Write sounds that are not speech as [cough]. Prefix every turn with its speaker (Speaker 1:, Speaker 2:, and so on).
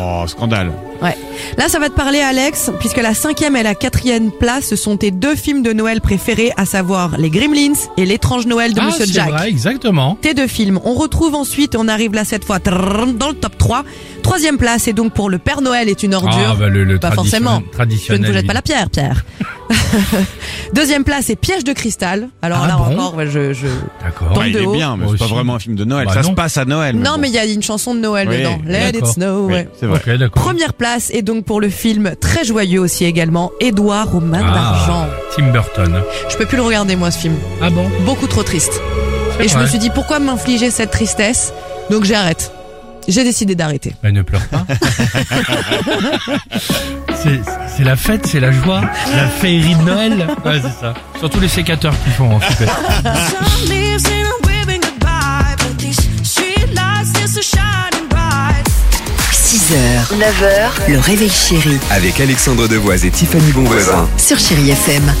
Speaker 1: Oh, scandale.
Speaker 2: Ouais. Là, ça va te parler, Alex, puisque la cinquième et la quatrième place, ce sont tes deux films de Noël préférés, à savoir Les Gremlins et L'étrange Noël de
Speaker 3: Ah,
Speaker 2: Monsieur
Speaker 3: c'est
Speaker 2: Jack
Speaker 3: vrai, exactement.
Speaker 2: tes deux films. On retrouve ensuite, on arrive là cette fois trrrr, dans le top 3. Troisième place, et donc pour le Père Noël est une ordure.
Speaker 3: Ah, bah, le, le
Speaker 2: pas
Speaker 3: traditionnel-
Speaker 2: forcément. Je
Speaker 3: Traditionnel.
Speaker 2: ne vous jette pas la pierre,
Speaker 3: [laughs]
Speaker 2: Pierre. Deuxième place, c'est Piège de cristal. Alors
Speaker 3: Ah
Speaker 2: là
Speaker 3: bon
Speaker 2: encore, ouais, je, je...
Speaker 3: D'accord.
Speaker 2: Tant
Speaker 1: Ouais, il
Speaker 2: de
Speaker 1: est
Speaker 2: haut.
Speaker 1: bien, mais
Speaker 3: Moi
Speaker 1: c'est pas
Speaker 3: aussi.
Speaker 1: vraiment un film de Noël.
Speaker 3: Bah
Speaker 1: ça
Speaker 3: non.
Speaker 1: se passe à Noël.
Speaker 2: Non,
Speaker 1: bon.
Speaker 2: mais il y a une chanson de Noël
Speaker 1: Oui,
Speaker 2: dedans. Let it
Speaker 3: d'accord.
Speaker 2: snow.
Speaker 1: Oui,
Speaker 2: ouais.
Speaker 1: c'est vrai.
Speaker 3: Ok, d'accord.
Speaker 2: Première place, et donc pour le film très joyeux aussi également, Édouard aux mains
Speaker 3: Ah,
Speaker 2: d'argent.
Speaker 3: Tim Burton.
Speaker 2: Je peux plus le regarder moi ce film.
Speaker 3: Ah bon
Speaker 2: Beaucoup trop triste.
Speaker 3: C'est
Speaker 2: Et je
Speaker 3: vrai.
Speaker 2: me suis dit pourquoi m'infliger cette tristesse Donc j'arrête. J'ai décidé d'arrêter.
Speaker 3: Bah, ne pleure
Speaker 1: [laughs]
Speaker 3: pas. c'est c'est la fête, c'est la joie, la féerie de Noël. Ouais, c'est ça. Surtout les sécateurs qui font en fait.
Speaker 4: Sun lives in a waving goodbye, but these streetlights still so shining bright.
Speaker 5: 6h, 9h, le réveil chéri
Speaker 6: Avec Alexandre Devoise et Tiffany Bonvoisin.
Speaker 5: sur Chérie FM.